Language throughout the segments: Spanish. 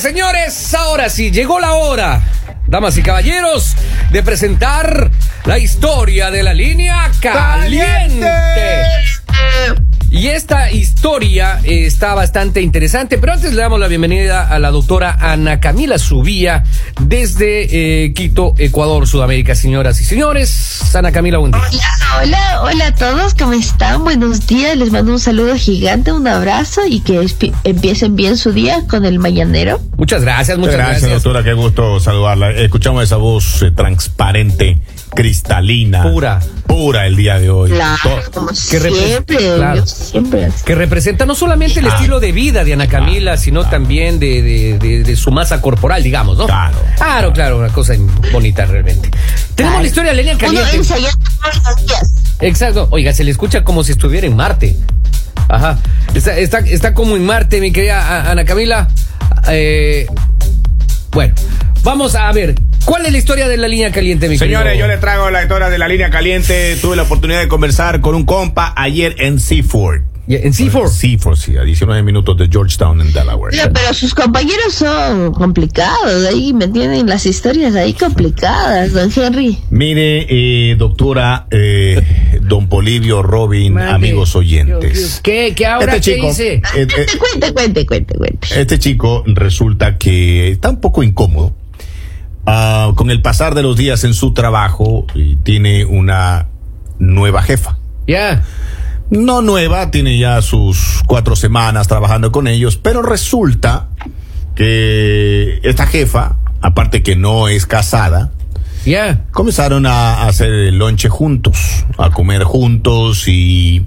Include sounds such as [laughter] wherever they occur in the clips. señores, ahora sí, llegó la hora, damas y caballeros, de presentar la historia de la línea caliente. Y esta historia eh, está bastante interesante, pero antes le damos la bienvenida a la doctora Ana Camila Subía desde eh, Quito, Ecuador, Sudamérica. Señoras y señores, Ana Camila, buen día. Hola, hola, hola a todos, ¿cómo están? Buenos días, les mando un saludo gigante, un abrazo y que espi- empiecen bien su día con el mañanero. Muchas gracias, muchas gracias, gracias. doctora. Qué gusto saludarla. Escuchamos esa voz eh, transparente, cristalina. Pura. Pura el día de hoy. Claro, To- como que repre- siempre, claro. yo siempre. que representa no solamente el Ah. estilo de vida de Ana Camila, sino también de, de- de- de su masa corporal, digamos, ¿no? Claro. Claro, claro, una cosa in- bonita realmente. Tenemos la historia de Lenia Uno Caliente. ensaya todos los días. Exacto. Oiga, se le escucha como si estuviera en Marte. Ajá. Está, está, está como en Marte, mi querida A- Ana Camila. Eh, bueno, vamos a ver. ¿Cuál es la historia de la línea caliente, mi Señores, querido? yo les traigo la historia de la línea caliente. Tuve la oportunidad de conversar con un compa ayer en Seaford. Ya, En C4. Seaford, sí, a 19 minutos de Georgetown en Delaware. Mira, pero sus compañeros son complicados, ahí me tienen las historias ahí complicadas, don Henry. Mire, eh, doctora, eh, don Polivio Robin, Mande. amigos oyentes. ¿Qué? ¿Qué ahora? Este ¿Qué chico, hice? eh, eh, Cuente, cuente, cuente, cuente, cuente. Este chico resulta que está un poco incómodo. Ah, con el pasar de los días en su trabajo, y tiene una nueva jefa. Ya. No nueva, tiene ya sus cuatro semanas trabajando con ellos, pero resulta que esta jefa, aparte que no es casada, Ya. comenzaron a hacer el lonche juntos, a comer juntos y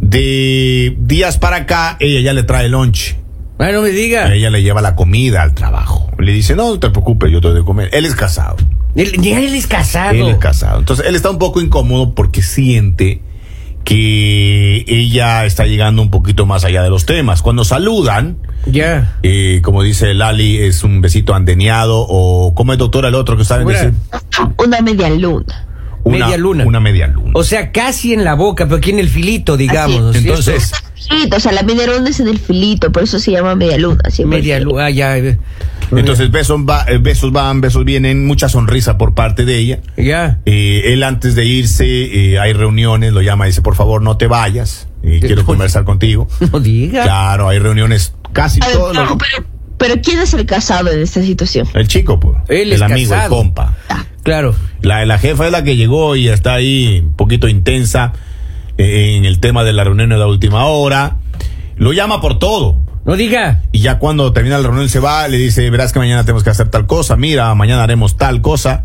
de días para acá ella ya le trae lonche. Ah, no me diga. [laughs] Ella le lleva la comida al trabajo. Le dice, no, no te preocupes, yo te doy de comer. Él es casado. Él, ni él es casado. Él es casado. Entonces, él está un poco incómodo porque siente que ella está llegando un poquito más allá de los temas. Cuando saludan, Ya. eh, como dice Lali, es un besito andeneado o, ¿cómo es doctora el otro que saben Fuera. decir? Eh. Una media luna. Media luna. Una media luna. O sea, casi en la boca, pero aquí en el filito, digamos. ¿no es cierto? Entonces, Sí, o sea, la media luna es en el filito, por eso se llama media luna. siempre. media luna, ah, ya. eh, entonces besos, va- eh, besos van, besos vienen, mucha sonrisa por parte de ella. Ya. Eh, él antes de irse, eh, hay reuniones, lo llama y dice, por favor, no te vayas, [laughs] eh, quiero conversar contigo. No diga. Claro, hay reuniones casi A ver, todos los... pero, pero- pero ¿quién es el casado en esta situación? El chico, pues. Él el es amigo, casado. el compa. Claro. La, la jefa es la que llegó y está ahí un poquito intensa eh, en el tema de la reunión de la última hora. Lo llama por todo. No diga. Y ya cuando termina la reunión se va, le dice, verás que mañana tenemos que hacer tal cosa, mira, mañana haremos tal cosa.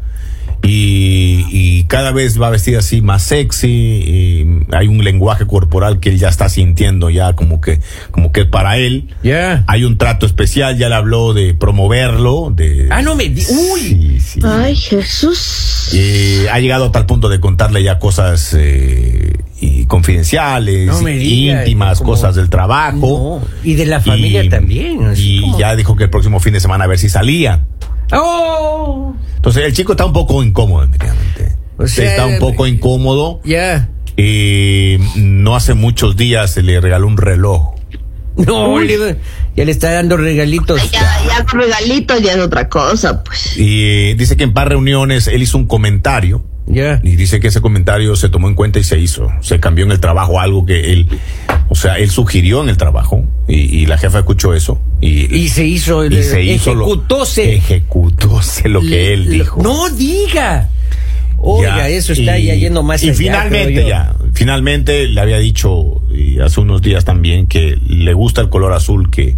Y, y cada vez va vestida así más sexy, y hay un lenguaje corporal que él ya está sintiendo ya como que, como que es para él. Ya. Hay un trato especial, ya le habló de promoverlo, de... Ah, no me di- uy. Sí, sí. Ay, Jesús. Y ha llegado a tal punto de contarle ya cosas eh, y confidenciales, No me diga, íntimas, como- cosas del trabajo. No. Y de la familia Ah, oh. Y- también. así Y como- ya dijo que el próximo fin de semana a ver si salía. ¡Oh! Entonces el chico está un poco incómodo, definitivamente. O sea, eh, está un poco incómodo. Ya. Eh, no hace muchos días se le regaló un reloj. No, le- ya le está dando regalitos. Ya, ya con regalitos ya es otra cosa, pues. Y eh, dice que en par reuniones él hizo un comentario. Ya. Y dice que ese comentario se tomó en cuenta y se hizo. Se cambió en el trabajo algo que él, o sea, él sugirió en el trabajo y, y la jefa escuchó eso. Y, Y se hizo. y se hizo lo- ejecutóse. ejecutóse lo que él Lo- dijo. No diga. Oiga, Ya, eso está y- ya yendo más Y allá, creo finalmente, yo. ya, finalmente le había dicho y hace unos días también que le gusta el color azul que,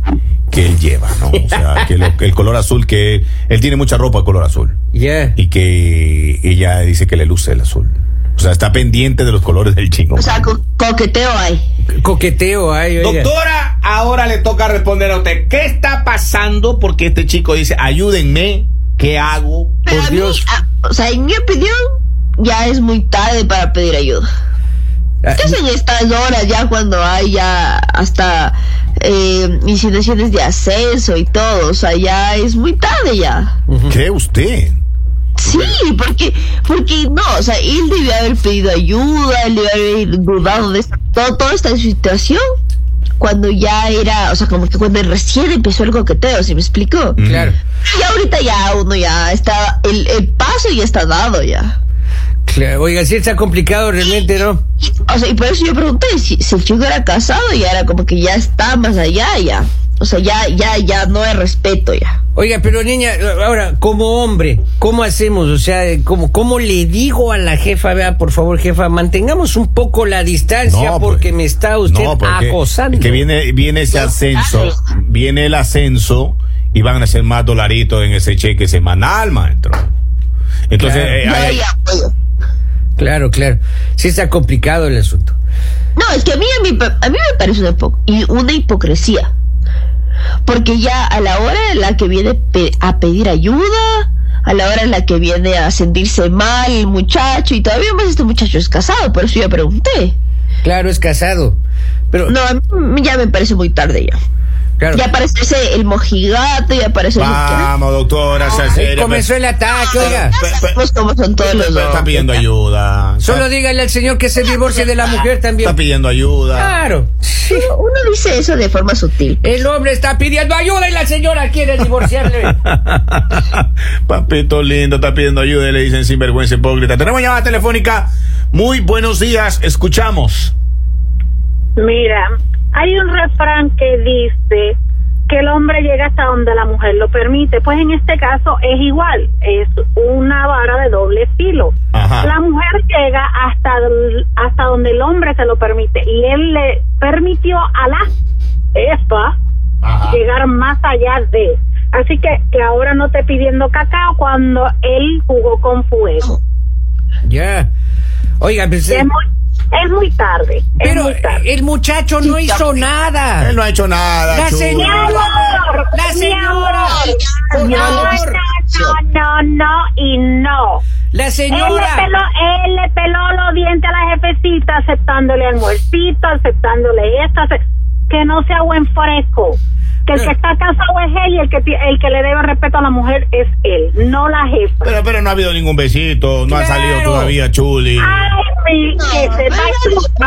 que él lleva, ¿no? O sea, que lo- el color azul que él, él tiene mucha ropa de color azul Ya. y que ella dice que le luce el azul. O sea, está pendiente de los colores del chingo. O sea, co- coqueteo hay. Coqueteo, ay, oiga. Doctora, ahora le toca responder a usted. ¿Qué está pasando? Porque este chico dice, ayúdenme, ¿qué hago? Pero Por a mí, Dios. a- o sea, en mi opinión, ya es muy tarde para pedir ayuda. Ah, ¿Qué hacen estas horas ya cuando hay ya hasta eh, insinuaciones de ascenso y todo? O sea, ya es muy tarde ya. ¿Qué usted? Sí, porque, porque no, o sea, él debió haber pedido ayuda, él debió haber dudado de esta- todo- toda esta situación. cuando ya era, o sea, como que cuando recién empezó el coqueteo, ¿se me explicó? Claro. Y ahorita ya uno ya está, el, el paso ya está dado ya. Claro, oiga, sí está complicado realmente, ¿no? O sea, y por eso yo pregunté si, si el chico era casado ya era como que ya está más allá ya. O sea, ya, ya, ya no hay respeto ya. Oiga, pero niña, ahora, como hombre, ¿cómo hacemos? O sea, ¿cómo, cómo le digo a la jefa, vea, por favor, jefa, mantengamos un poco la distancia No, pues, porque me está usted No, porque acosando? es que viene, viene ese ascenso, viene el ascenso y van a ser más dolaritos en ese cheque semanal, maestro. Entonces, Claro. eh, No, hay- ya, oye. Claro, claro. Sí está complicado el asunto. No, es que a mí, a mí, a mí me parece una, hipo- y una hipocresía. Porque ya a la hora en la que viene pe- a pedir ayuda, a la hora en la que viene a sentirse mal el muchacho, y todavía más este muchacho es casado, por eso yo pregunté. Claro, es casado. Pero, No, a mí ya me parece muy tarde ya. claro. Ya aparece el mojigato, ya aparece... vamos, doctora, pues, se Ahí acelera, comenzó el ataque, oiga. pe- pe- Sabemos cómo Pues, son todos pero- los pero está hombres, pidiendo ya. ayuda. está- Solo dígale al señor que se divorcie de la mujer también. Está pidiendo [laughs] ayuda. Claro. Sí. Uno- Uno dice eso de forma sutil. El hombre está pidiendo ayuda y la señora quiere [laughs] divorciarle. Papito lindo, está pidiendo ayuda y le dicen sinvergüenza hipócrita. Tenemos llamada telefónica. Muy buenos días, escuchamos. Mira, hay un refrán que dice que el hombre llega hasta donde la mujer lo permite. Pues en este caso es igual, es una vara de doble filo. Ajá. La mujer llega hasta, el- hasta donde el hombre se lo permite y él le permitió a la espa Ajá. llegar más allá de. Así que, que ahora no te pidiendo cacao cuando él jugó con fuego. Ya. Oiga, pues, eh, Es muy, es muy tarde. es pero muy tarde. el muchacho no hizo nada. Él no ha hecho nada. Ah. La chulo. Mi señora. amor, La mi señora. amor. Por No, favor. no, no, no y no. La Él le, peló, señora. él le peló los dientes a la jefecita, aceptándole almuercito, aceptándole esto, ace- que no sea buen fresco. Que el Eh. que está casado es él y el que, ti- el que le debe respeto a la mujer es él, no la jefa. Pero, pero no ha habido ningún besito, no ha Claro. salido todavía, Chuli. Ay, mi, No, que se pero va no,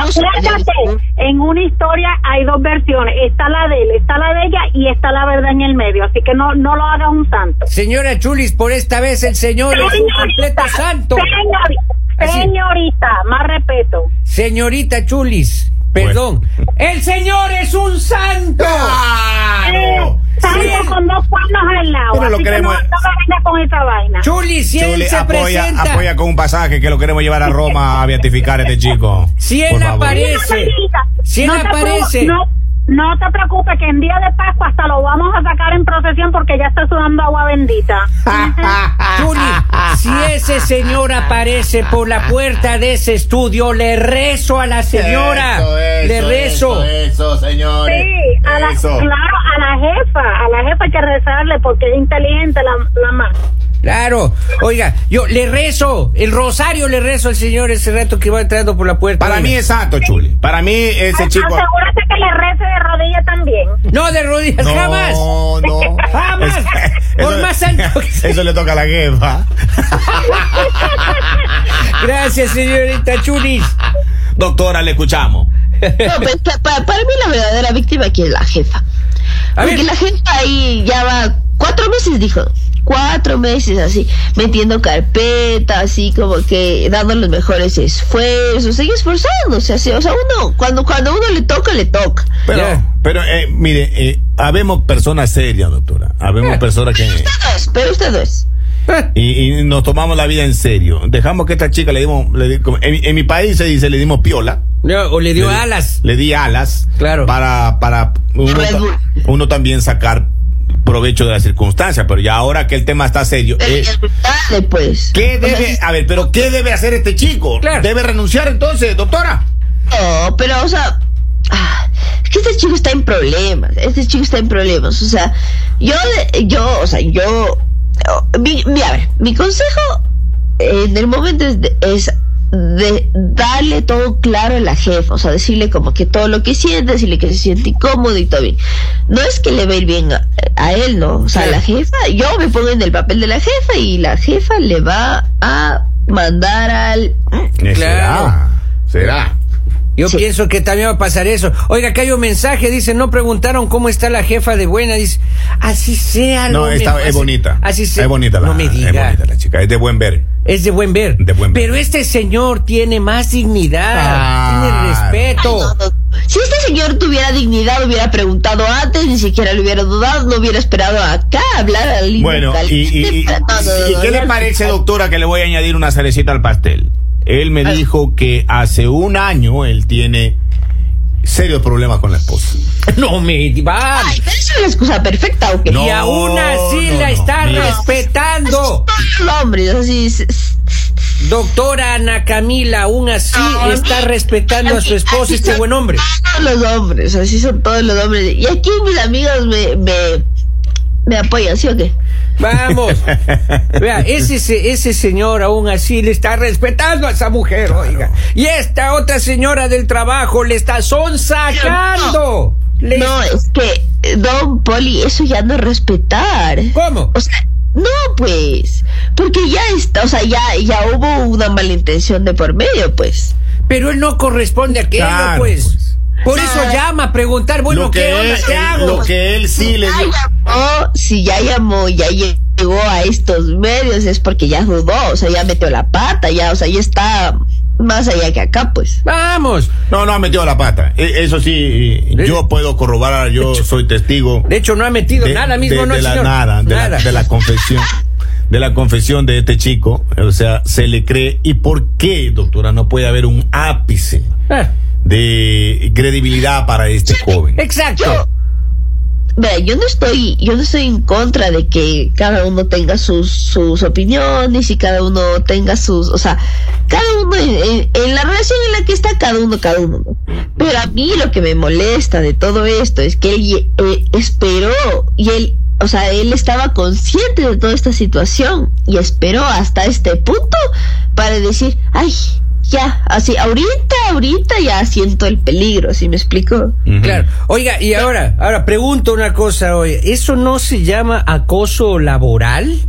a- no se Acuérdate, parece. en una historia hay dos versiones, está la de él, está la de ella y está la verdad en el medio, así que no, no lo hagas un santo. Señora Chulis, por esta vez el señor es un completo santo. Eh, señor- Así. señorita, más respeto. Señorita Chulis, perdón. El señor es un santo. ¡Claro! Eh, santo Ah, Sí. con dos cuernos al lado, Pero lo así que no, queremos- no me vengas con esa vaina. Chulis, si él Chuli, se apoya, presenta, apoya con un pasaje que lo queremos llevar a Roma a beatificar a este chico. Si él Por favor. aparece- Mira, Margarita, Si él te preocu- aparece. No, no te preocupes que en día de Pascua hasta lo vamos a sacar en procesión porque ya está sudando [laughs] agua bendita. Ah, Chuli, si ese señor aparece por la puerta de ese estudio, le rezo a la señora. Eso, eso, le rezo. Eso, eso, señores. Sí, a la, Eso. claro, a la jefa, a la jefa hay que rezarle porque es inteligente la, la más. Claro. Oiga, yo le rezo. El rosario le rezo al señor ese rato que va entrando por la puerta. Para Oiga. mí es santo, Chuli. Para mí ese chico. Asegúrate que le rece de rodilla también. [laughs] No, de rodillas, No, jamás. no. [laughs] Jamás. Por más [laughs] santo que sea. Eso le toca a la jefa. Gracias, señorita Chulis. Doctora, le escuchamos. No, pues, pa- pa- para mí la verdadera víctima aquí es la jefa. A Porque ver, la gente ahí ya va cuatro meses, dijo. Cuatro meses así, metiendo carpeta, así como que dando los mejores esfuerzos, sigue esforzándose así. O sea, uno, cuando, cuando uno le toca, le toca. Pero, Ya. pero eh, mire, eh, habemos personas serias, doctora. Habemos Ya. personas que. Usted no es, pero usted no es. eh, y, y nos tomamos la vida en serio. Dejamos que esta chica le dimos, le di- como- en, en mi país se dice, le dimos piola. [laughs] no, o le dio le, di- alas. Le di alas. Claro. Para, para uno, Red ta- Bull. uno también sacar provecho de las circunstancias. Pero ya ahora que el tema está serio. Pero eh, ya dale, pues. ¿Qué O sea, debe, a ver, pero qué debe hacer este chico? Claro. ¿Debe renunciar entonces, doctora? No, pero, o sea, ah, es que este chico está en problemas. Este chico está en problemas. O sea, yo, de- yo, o sea, yo. oh, Mi, mi- a ver, mi consejo eh, en el momento es, de- es de darle todo claro a la jefa. O sea, decirle como que todo lo que siente, decirle que se siente incómodo y todo bien. No es que le va a ir bien a, a él, ¿no? O sea, Claro. la jefa, yo me pongo en el papel de la jefa y la jefa le va a mandar al. Claro. Eh, Será. Yo Yo Sí. pienso que también va a pasar eso. Oiga, acá hay un mensaje, dice, no preguntaron cómo está la jefa de buena, dice, así sea. No, lo está, mejor, es así- bonita. Así sea. Es bonita la, No me diga. Es bonita la chica. Es de buen ver. Es de buen ver. De buen ver. Pero este señor tiene más dignidad, Ah. tiene Ay, respeto. no, no. Si este señor tuviera dignidad, hubiera preguntado antes, ni siquiera le hubiera dudado, no hubiera esperado acá a hablar al lindo Bueno, tal- y, y- [laughs] y- No, no, no, ¿y no, qué le no. parece, doctora, que le voy a añadir una cerecita al pastel? Él me dijo que hace un año él tiene serios problemas con la esposa. No, me diga. Ay, pero eso es la excusa perfecta, ¿o qué? No, y aún así no, la no, está mire. respetando. Todos los hombres, así es- es- Doctora Ana Camila, aún así No, está no. respetando a su esposo, Así este son buen hombre. Todos los hombres, así son todos los hombres. Y aquí mis amigos me, me, me apoyan, ¿sí o qué? Vamos. Vea, ese, se- ese señor aún así le está respetando a esa mujer, oiga. Y esta otra señora del trabajo le está sonsacando. Le- No, es que, eh, don Poli, eso ya no es respetar. ¿Cómo? O sea, no, pues, porque ya está, o sea, ya, ya hubo una mala intención de por medio, pues. Pero él no corresponde a aquello, Claro, pues. pues. Por eso llama a preguntar, bueno, lo, ¿qué que onda? él, ¿Qué él- hago? lo que él sí le ya dijo. llamó, si ya llamó, ya llegó a estos medios, es porque ya dudó, o sea, ya metió la pata, ya, o sea, ya está más allá que acá, pues. Vamos. No, no ha metido la pata. E- Eso sí, eh, De- yo puedo corroborar, yo soy testigo. De hecho, no ha metido de- nada mismo, de- ¿no, de la señor? nada, de la- Nada. de la confesión. De la confesión de este chico. O sea, se le cree. ¿Y por qué, doctora, no puede haber un ápice Ah, de credibilidad para este joven? exacto. Mira, yo no estoy, yo no estoy en contra de que cada uno tenga sus, sus opiniones y cada uno tenga sus, o sea, cada uno en, en- en la relación en la que está, cada uno, cada uno. ¿no? Pero a mí lo que me molesta de todo esto es que él ye- eh, esperó y él, o sea, él estaba consciente de toda esta situación y esperó hasta este punto para decir, ay, ya, así, ahorita, ahorita ya siento el peligro, ¿sí me explico? Ujú. Claro. Oiga, y ahora, ahora pregunto una cosa, oye, ¿eso no se llama acoso laboral?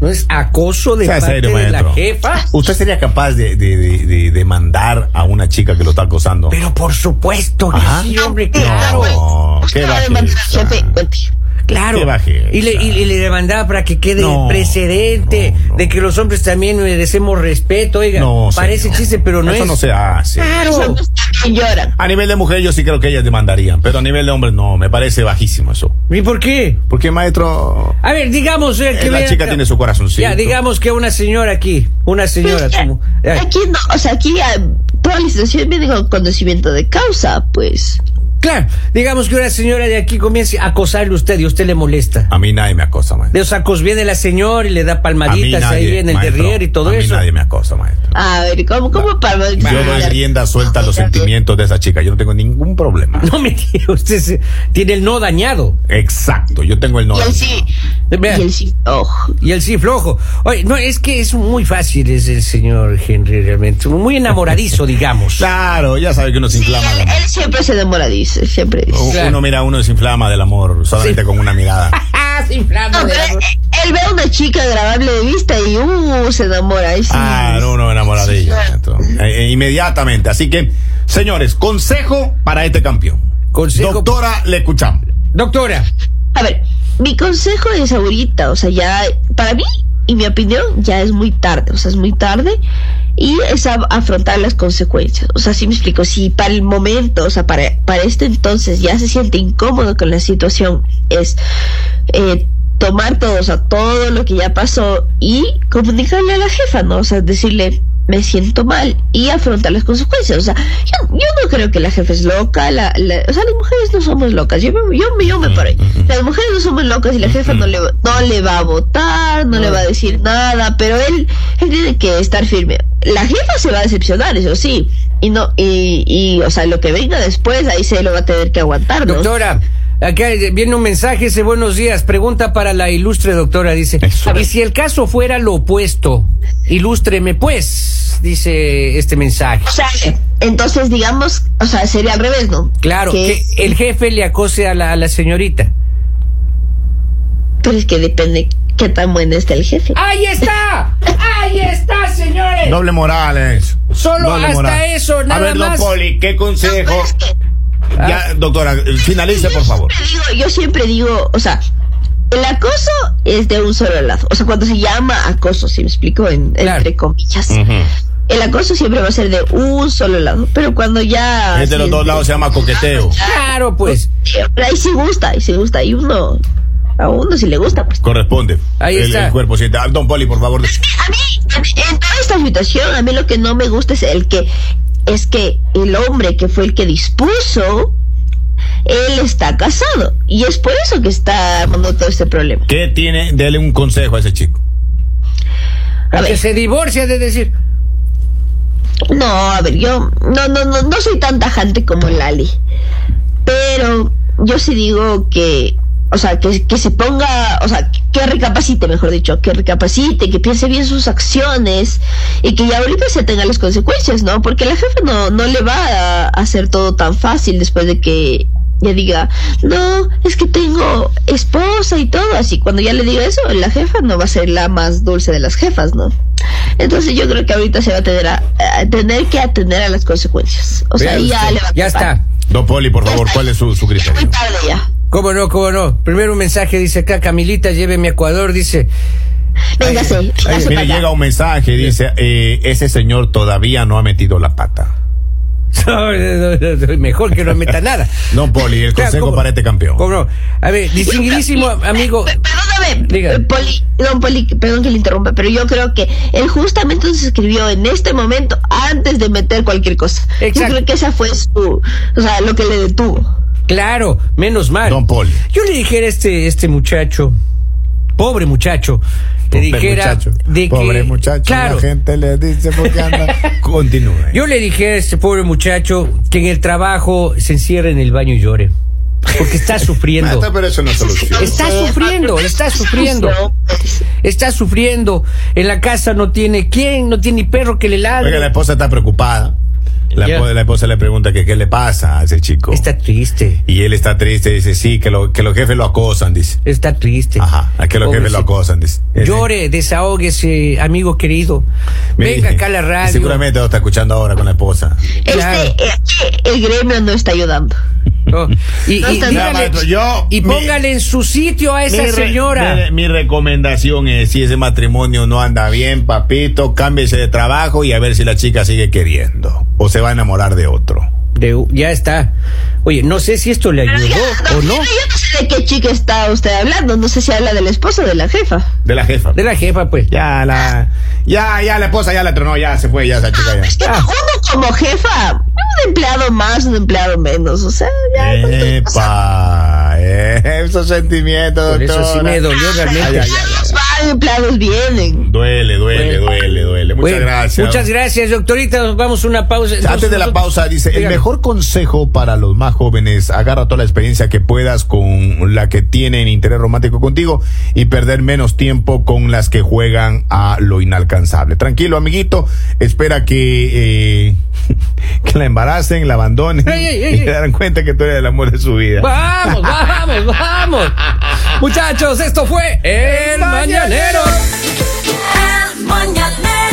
¿No es acoso de Sea parte serio, de la maestro. Ah. jefa? ¿Usted sería capaz de, de, de- de- de mandar a una chica que lo está acosando? Pero por supuesto que Ajá. sí, hombre, No, claro. No, Usted qué va a bajeza. demandar al jefe, cuente. Claro. Qué bajeza. Y le, y, y le demandaba para que quede No, el precedente no, no. de que los hombres también merecemos respeto, oiga. No, Parece señor. chiste, pero no Eso es. no se hace. Claro. Que lloran. A nivel de mujer yo sí creo que ellas demandarían, pero a nivel de hombre no, me parece bajísimo eso. ¿Y por qué? Porque maestro, A ver, digamos eh, que eh, la vea- chica tiene su corazoncito. Ya, digamos que una señora aquí, una señora Pero como- es que eh, Aquí no, o sea, aquí ah, toda la situación viene con conocimiento de causa, pues. Claro, digamos que una señora de aquí comience a acosarle a usted y a usted le molesta. A mí nadie me acosa, maestro. De los sacos viene la señora y le da A mí palmaditas nadie, ahí en el maestro, derrier y todo a mí eso. nadie me acosa, maestro. A ver, ¿cómo, cómo para Yo doy rienda suelta a los sentimientos de esa chica, yo no tengo ningún problema. [laughs] No me diga, usted se- tiene el no dañado Exacto, yo tengo el no. Y él sí. Vea, Y él sí. Ojo. y el sí flojo. Oye, no, es que es muy fácil es el señor Henry realmente, muy enamoradizo, [laughs] [laughs] digamos. Claro, ya sabe que uno se Sí, inflama. Oh. él, él siempre se demora, dice. Siempre dice. U- Claro. Uno mira, uno se inflama del amor solamente con una mirada. Ah, sí, inflado No, de pero la- él, él ve a una chica agradable de vista y uh, se enamora. ahí sí. Ah, no, uno enamora de ella. maestro. Eh, eh, inmediatamente. Así que, señores, consejo para este campeón. eh. Consejo- Doctora, le escuchamos. Doctora, A ver, mi consejo es ahorita, o sea, ya para mí y mi opinión ya es muy tarde, o sea, es muy tarde y es a- afrontar las consecuencias. O sea, si me explico, si para el momento, o sea, para, para este entonces ya se siente incómodo con la situación, es eh, tomar todo, o sea, todo lo que ya pasó y comunicarle a la jefa, ¿no? O sea, decirle, me siento mal y afrontar las consecuencias. O sea, yo, yo no creo que la jefa es loca, la, la- o sea, las mujeres no somos locas, yo, me- yo, me- yo me por ahí. Las mujeres no somos locas y la jefa no le, va- no le va a votar, no le va a decir nada, pero él, él tiene que estar firme. La jefa se va a decepcionar, eso sí. Y no, y, y, o sea, lo que venga después, ahí se lo va a tener que aguantar, ¿no? doctora, acá viene un mensaje, dice buenos días, pregunta para la ilustre doctora, dice, Eso. y si el caso fuera lo opuesto, ilústreme pues, dice este mensaje. O sea, entonces digamos, o sea, sería al revés, ¿no? Claro, que Que- el jefe le acose a la, a la señorita. Pero es que depende Ah, qué tan bueno esté el jefe. ¡Ahí está! ¡Ahí está, señores! Doble morales. Eh. Solo No, hasta Lemora. eso, nada A ver, don más. Poli, ¿qué consejo? No, pero es que- Ya, doctora, finalice, por favor. Yo siempre digo- yo siempre digo, o sea, el acoso es de un solo lado. O sea, cuando se llama acoso, si me explico, en, Claro. entre comillas. Ujú. El acoso siempre va a ser de un solo lado. Pero cuando ya. Es Este de los sí, dos lados se llama coqueteo. Claro, pues. Pero ahí sí gusta, y sí gusta. Y uno. A uno si le gusta, pues. Corresponde. Ahí el, está. el cuerpo siente. Ah, Don Poli, por favor. A mí, a mí, en toda esta situación, a mí lo que no me gusta es el que. Es que el hombre que fue el que dispuso. Él está casado. Y es por eso que está armando todo este problema. ¿Qué tiene? Dele un consejo a ese chico. A que ver. se divorcia de decir. No, a ver, yo no, no, no, no soy tan tajante como Lali. Pero yo sí digo que, o sea, que, que se ponga, o sea, que recapacite, mejor dicho, que recapacite, que piense bien sus acciones y que ya ahorita se tengan las consecuencias, ¿no? Porque la jefa no, no le va a hacer todo tan fácil después de que ya diga, no, es que tengo esposa y todo. Así, cuando ya le diga eso, la jefa no va a ser la más dulce de las jefas, ¿no? Entonces yo creo que ahorita se va a tener, a, a tener que atender a las consecuencias. O sea, Vea ahí ya usted, le va a ya tocar. está. Don Poli, por favor, ¿cuál es su, su Ya criterio? muy tarde ya. ¿Cómo no? ¿Cómo no? Primero un mensaje dice acá, Camilita, lléveme a Ecuador, dice. [laughs] Véngase, véngase ay, para Mire, allá. llega un mensaje, dice, eh, ese señor todavía no ha metido la pata. No, no, no, no, mejor que no meta nada. Don Poli, el Claro, consejo ¿cómo? para este campeón. ¿Cómo no? A ver, distinguidísimo amigo. Pe- Perdóname, Diga. eh, Poli, don Poli, perdón que le interrumpa, pero yo creo que él justamente se escribió en este momento antes de meter cualquier cosa. Exacto. Yo creo que esa fue su, o sea, lo que le detuvo. Claro, menos mal. Don Poli. Yo le dijera a este, este muchacho, pobre muchacho, le Pobre dijera muchacho. de Pobre que- muchacho, claro, la gente le dice porque [laughs] anda. Continúe. yo le dijera a este pobre muchacho que en el trabajo se encierre en el baño y llore, porque [laughs] está sufriendo. Mata, Ah, pero eso no es solución. Está sufriendo, está sufriendo. pues, este, Está sufriendo, en la casa no tiene quién, no tiene perro que le Oiga, la ladre. esposa está preocupada. La, Ya. esposa, la esposa le pregunta que qué le pasa a ese chico. Está triste, Y él está triste, dice, sí, que, lo- que los jefes lo acosan, dice. está triste. Ajá, a que los jefes lo Pobrecito. acosan, dice. Ese- Llore, desahóguese, amigo querido. Mire, Venga acá a la radio. Seguramente lo está escuchando ahora con la esposa. Este, Claro. eh, el gremio no está ayudando. No, Y, No y está- dígale- Ya, maestro, yo- y mi- póngale en su sitio a esa Mi re- señora. Mi, mi recomendación es, si ese matrimonio no anda bien, papito, cámbiese de trabajo y a ver si la chica sigue queriendo. O se va a enamorar de otro. De- ya está. Oye, no sé si esto le Pero ayudó ya, o don no. Felipe, Yo no sé de qué chica está usted hablando, no sé si habla de la esposa o de la jefa. De la jefa. De la jefa, pues. Ya, la... Ya, ya, la esposa ya la tronó, ya se fue, ya esa chica ya. Es que Ah. uno como jefa, un empleado más, un empleado menos, o sea, ya. no te pasa. Epa, eh, esos sentimientos, Por eso sí doctora. me dolió realmente. Ay, ay, ay, ay. Empleados van, empleados vienen. Duele, duele, duele, duele. Muchas Bueno, gracias. Muchas gracias, doctorita. Nos vamos a una pausa. Antes de la pausa, dice, el Dígame. mejor consejo para los más jóvenes, agarra toda la experiencia que puedas con la que tienen interés romántico contigo y perder menos tiempo con las que juegan a lo inalcanzable. Tranquilo, amiguito, espera que, eh, [laughs] que la embaracen, la abandonen Ey, ey, ey, y se darán cuenta que tú eres el amor de su vida. Vamos, vamos, [laughs] vamos. Muchachos, esto fue El Mañanero. El Mañanero.